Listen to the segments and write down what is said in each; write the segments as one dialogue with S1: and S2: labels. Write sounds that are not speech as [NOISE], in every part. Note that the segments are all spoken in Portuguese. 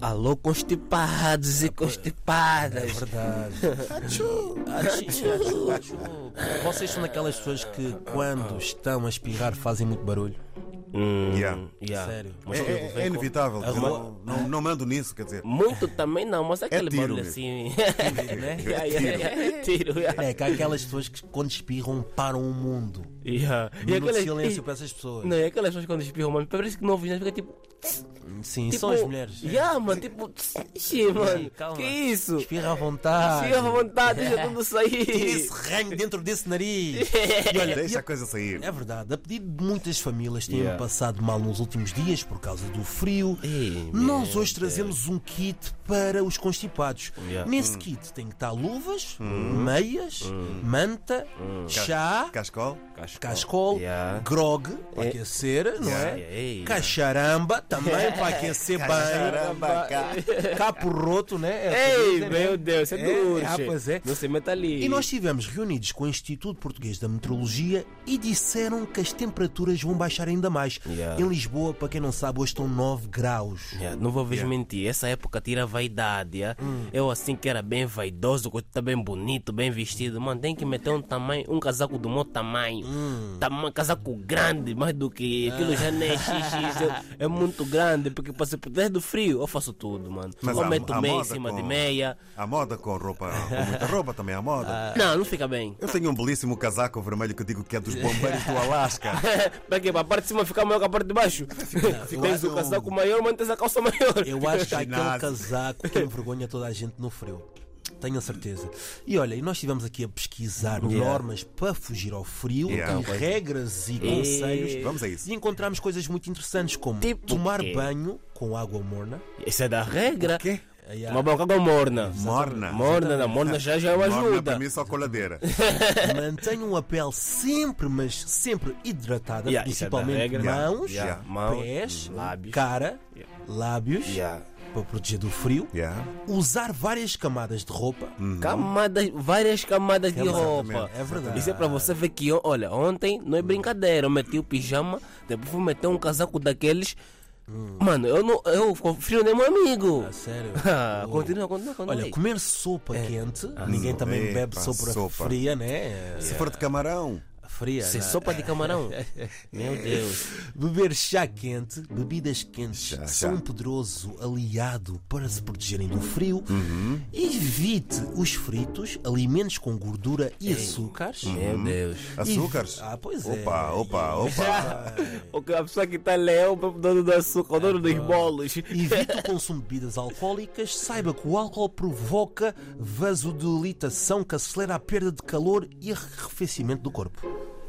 S1: Alô, constipados e constipadas.
S2: Verdade.
S1: É Achu, achu. Vocês são daquelas pessoas que, quando estão a espirrar, fazem muito barulho.
S3: Hum,
S4: Yeah.
S3: yeah.
S1: Sério.
S3: Mas
S4: É,
S3: eu- eu
S4: é- é
S3: venho com-
S4: inevitável. eu
S3: Arrumar-
S4: não, não, não mando nisso, quer dizer.
S3: Muito também não, mas aquele
S4: É tiro, É
S3: barulho
S4: meu.
S3: assim. [LAUGHS]
S1: né?
S3: yeah, yeah, yeah. Tiro, yeah.
S1: É que há aquelas pessoas que, quando espirram, param o mundo.
S3: Yeah. E
S1: É. Minuto de
S3: aquelas-
S1: silêncio para essas pessoas.
S3: Não, é aquelas pessoas quando espirram, mano, parece que não ouvem, fica tipo.
S1: Sim,
S3: tipo
S1: são as mulheres. é.
S3: Yeah, mano, tipo. Ixi, mano,
S1: calma. É.
S3: que isso?
S1: Espirra à vontade.
S3: Siga à vontade, deixa tudo
S1: Tira
S3: sair.
S1: esse ranho dentro desse nariz. E [LAUGHS] olha, e
S4: Deixa
S1: a-
S4: a coisa sair.
S1: É verdade, a pedido de muitas famílias têm
S3: Yeah.
S1: passado mal nos últimos dias por causa do frio.
S3: Ei,
S1: Nós hoje trazemos um kit para os constipados.
S3: Yeah. Hum.
S1: Nesse kit tem que estar luvas, meias, manta, chá,
S4: Cascol?
S1: cascol,
S3: Yeah. É.
S1: grog para aquecer, não é?
S3: Yeah, yeah.
S1: Cacharamba também para
S3: [LAUGHS]
S1: aquecer bem.
S4: Caramba, cá.
S1: Capo roto, né? É o que
S3: Ei,
S1: dizem, né?
S3: meu Deus, é
S1: É,
S3: duro.
S1: é,
S3: che.
S1: pois é.
S3: Não se meta ali.
S1: E nós estivemos reunidos com o Instituto Português da Meteorologia e disseram que as temperaturas vão baixar ainda mais.
S3: Yeah.
S1: Em Lisboa, para quem não sabe, hoje estão 9 graus.
S3: Yeah, não vou vos mentir, essa época tira a vaidade. yeah.
S4: Hum.
S3: Eu assim que era bem vaidoso, que tá bem bonito, bem vestido. Mano, tem que meter um tamanho, um casaco do meu tamanho.
S4: Hum.
S3: Tama- um casaco grande, mais do que aquilo já
S4: Ah.
S3: nem é XX, é, é muito grande, porque para se proteger do frio, eu faço tudo, mano.
S4: Mas
S3: eu
S4: a-
S3: meto
S4: a
S3: meia em
S4: moda
S3: cima
S4: com-
S3: de meia.
S4: A moda com roupa, com muita roupa também é a
S1: Ah.
S4: moda.
S3: Não, não fica bem. [LAUGHS]
S4: Eu tenho um belíssimo casaco vermelho que eu digo que é dos bombeiros
S1: [LAUGHS]
S4: do Alasca.
S3: Para quê? Para a parte de cima ficar maior que a parte de baixo. Tens o
S4: eu-
S3: casaco maior, mas tens a calça maior.
S1: Eu
S3: [LAUGHS]
S1: acho que há aquele
S4: ginásio.
S1: casaco que envergonha toda a gente no frio. Tenho a certeza. E olha, e nós estivemos aqui a pesquisar normas para fugir ao frio,
S4: Yeah.
S1: e regras e conselhos.
S4: Vamos a isso.
S1: E encontramos coisas muito interessantes como
S3: Tipo
S1: tomar
S3: quê?
S1: banho com
S3: [LAUGHS]
S1: água morna.
S3: Isso é da regra.
S4: Quê?
S1: Yeah.
S3: Uma boca com morna.
S4: Morna.
S3: Morna, não, morna já já é uma
S4: Morna para
S3: ajuda.
S4: mim só coladeira.
S1: Mantenham a pele sempre, mas sempre hidratada,
S3: Yeah, isso é da
S1: principalmente
S3: regra.
S1: mãos,
S3: Yeah, mãos,
S1: pés,
S3: lábios.
S1: Uhum. cara, lábios,
S3: Yeah.
S1: para proteger do frio.
S4: Yeah.
S1: Usar várias camadas de roupa.
S3: Camadas, várias camadas de
S1: Exatamente,
S3: roupa.
S1: Hum. é verdade.
S3: Isso é para você ver que, ó, olha, ontem não é brincadeira. Eu meti o pijama, depois fui meter um casaco daqueles.
S1: Hum.
S3: Mano, eu não. Eu confio nem meu amigo.
S1: A [LAUGHS] sério.
S3: Ah, [LAUGHS] continua, continua, continua.
S1: Olha,
S3: aí.
S1: comer sopa quente, ninguém também
S4: Epa,
S1: bebe É. Ah, sopa,
S4: sopa.
S1: fria, né?
S4: Se for de camarão,
S1: Fria. né?
S3: Isso é
S1: não.
S3: sopa de
S1: [LAUGHS]
S3: camarão. Meu Deus.
S1: Beber chá quente, bebidas quentes
S4: Chá,
S1: são
S4: chá.
S1: um poderoso aliado para se protegerem do frio. Uhum. Evite os fritos, alimentos com gordura e açúcares.
S3: Meu Deus.
S4: açúcares.
S1: Ah, pois é.
S4: Opa, opa, opa.
S3: O que a pessoa que está ali é o dono do açúcar, o dono dos
S1: É,
S3: bolos.
S1: Evite o consumo de bebidas alcoólicas. Saiba que o álcool provoca vasodilatação que acelera a perda de calor e arrefecimento do corpo.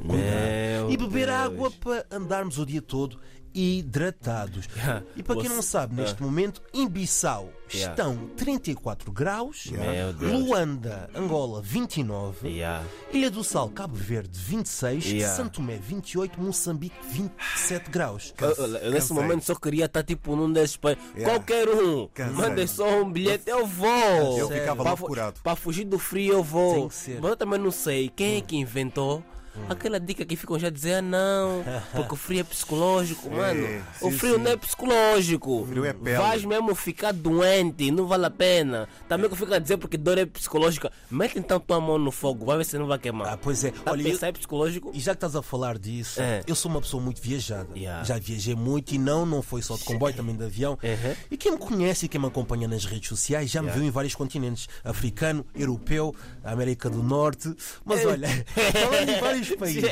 S3: Meu
S1: e beber
S3: Deus.
S1: água para andarmos o dia todo
S3: [LAUGHS]
S1: hidratados.
S3: Yeah.
S1: E para quem
S3: Ah, Você- ah.
S1: não sabe, neste momento, em Bissau
S3: Yeah.
S1: estão 34 graus,
S3: Meu Deus.
S1: Luanda, Angola 29,
S3: Yeah.
S1: Ilha do Sal, Cabo Verde 26,
S3: Yeah.
S1: Santo Tomé 28, Moçambique 27 graus.
S3: Eu- eu- eu nesse
S4: Cansei.
S3: momento só queria estar tipo num desses países.
S4: Yeah.
S3: Qualquer um.
S4: Cansei.
S3: Manda só um bilhete, eu vou.
S4: Eu ficava
S3: Pra
S4: lá
S3: fu-
S4: curado.
S3: Pra fugir do frio, eu vou.
S1: Tem que ser. Hum.
S3: Mas eu também não sei quem é que inventou. Aquela dica que ficam já a dizer, ah não, porque o frio é
S4: [LAUGHS]
S3: psicológico, mano. o
S4: sim,
S3: frio
S4: sim.
S3: não é psicológico.
S4: frio é pele.
S3: Vais mesmo ficar doente, não vale a pena. Também que fica a dizer porque dor é psicológica. Mete então tua mão no fogo, vai ver se não vai queimar.
S1: Ah, pois é.
S3: Olha,
S1: Olha, eu-
S3: pensar é psicológico?
S1: E já que estás a falar disso,
S3: É.
S1: eu sou uma pessoa muito viajada.
S3: Yeah.
S1: Já viajei muito e não, não foi só de comboio, também de avião.
S3: Uhum.
S1: E quem me conhece e quem me acompanha nas redes sociais já me viu em vários continentes: africano, europeu, América do Norte.
S3: É.
S1: Mas
S3: [LAUGHS]
S1: olha, falando em vários países,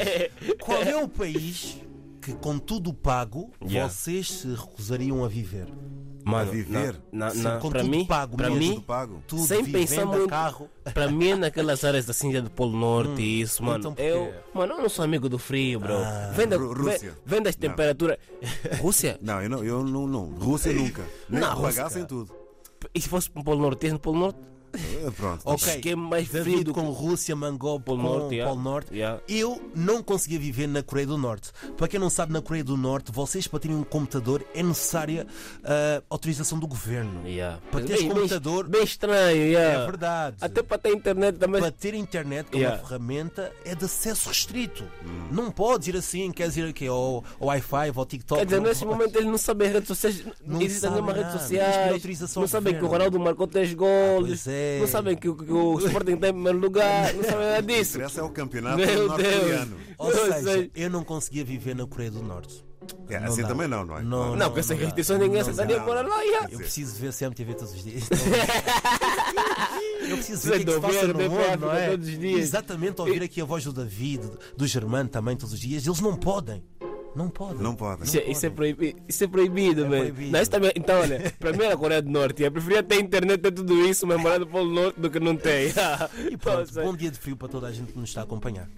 S1: qual é o país que, com tudo pago,
S3: Yeah.
S1: vocês se recusariam a viver?
S3: Mano,
S4: A viver.
S3: Na,
S1: Sim,
S3: na,
S1: com
S3: pra
S1: tudo
S3: mim,
S1: pago
S3: pra
S1: mesmo.
S3: mim,
S4: Pago.
S1: Tudo,
S3: Sem
S1: vivenda,
S3: pensar muito.
S1: carro.
S3: Pra mim, naquelas áreas da Cinja do Polo Norte e isso, mano.
S1: então por quê? Ah,
S3: eu, mano, eu não sou amigo do frio, bro. vem, da,
S4: Ru-
S3: vem,
S4: Rússia.
S3: vem das temperaturas. Rússia?
S4: Não, eu não, eu não, não. Rússia nunca. Nem
S3: Não,
S4: que
S3: Rússia.
S4: pagassem tudo.
S3: E se fosse pro Polo um Norte? Tens no Polo Norte?
S4: Eh, Pronto.
S1: Ok.
S3: Fiquei mais frio
S1: David
S3: do que.
S1: com Rússia, Mangol, Polo
S3: Norte,
S1: Norte.
S3: yeah.
S1: Polo Norte.
S3: Yeah.
S1: Eu não conseguia viver na Coreia do Norte. Para quem não sabe, na Coreia do Norte, vocês para terem um computador é necessária ah, autorização do governo.
S3: Yeah.
S1: Para teres
S3: Bem- bem-
S1: computador-
S3: Bem estranho, yeah.
S1: É verdade.
S3: Até para ter internet também.
S1: Para ter internet, que é
S3: Yeah.
S1: uma ferramenta, é de acesso restrito. Não podes ir assim, queres ir aqui ao, ao Wi-Fi, ao TikTok.
S3: Quer dizer,
S1: não
S3: nesse
S1: podes.
S3: momento ele não sabe as redes sociais.
S1: Não
S3: Não existem
S1: sabe
S3: nenhuma rede
S1: nada,
S3: social.
S1: mas tem autorização
S3: Não
S1: do
S3: sabem que o
S1: governo.
S3: Ronaldo marcou 3
S1: pois
S3: gols.
S1: é.
S3: Não sabem que, o- que o Sporting tem em primeiro lugar. Não sabem nada
S4: O que
S3: disso.
S4: interessa é o campeonato
S3: Meu
S4: norte-coreano.
S3: Deus.
S1: um Ou
S3: Não
S1: seja,
S3: sei.
S1: eu não conseguia viver na Coreia do Norte.
S4: É,
S1: Não
S4: assim
S1: dá.
S4: também não, não é?
S1: Não,
S3: Não, com essas
S1: dá.
S3: restrições ninguém aceitaria
S4: dá.
S3: morar lá. yeah.
S1: Eu preciso ver CMTV todos
S3: [LAUGHS]
S1: os dias. Eu preciso
S3: Zé
S1: ver o que, é que se
S3: Dover,
S1: passa no
S3: DPF
S1: mundo, não é?
S3: todos os dias.
S1: Exatamente, ouvir aqui a voz do David, do Germano também todos os dias. Eles não podem. Não podem.
S4: Não podem.
S3: Isso é, isso é proibido, isso é proibido, velho.
S1: proibido.
S3: Não, isso também- então, olha, para mim era a Coreia do Norte. Eu preferia ter internet e tudo isso, mas morar no [LAUGHS] Polo Norte do que não ter. ah. yeah.
S1: E pronto,
S3: Ou seja,
S1: bom dia de frio para toda a gente que nos está a acompanhar.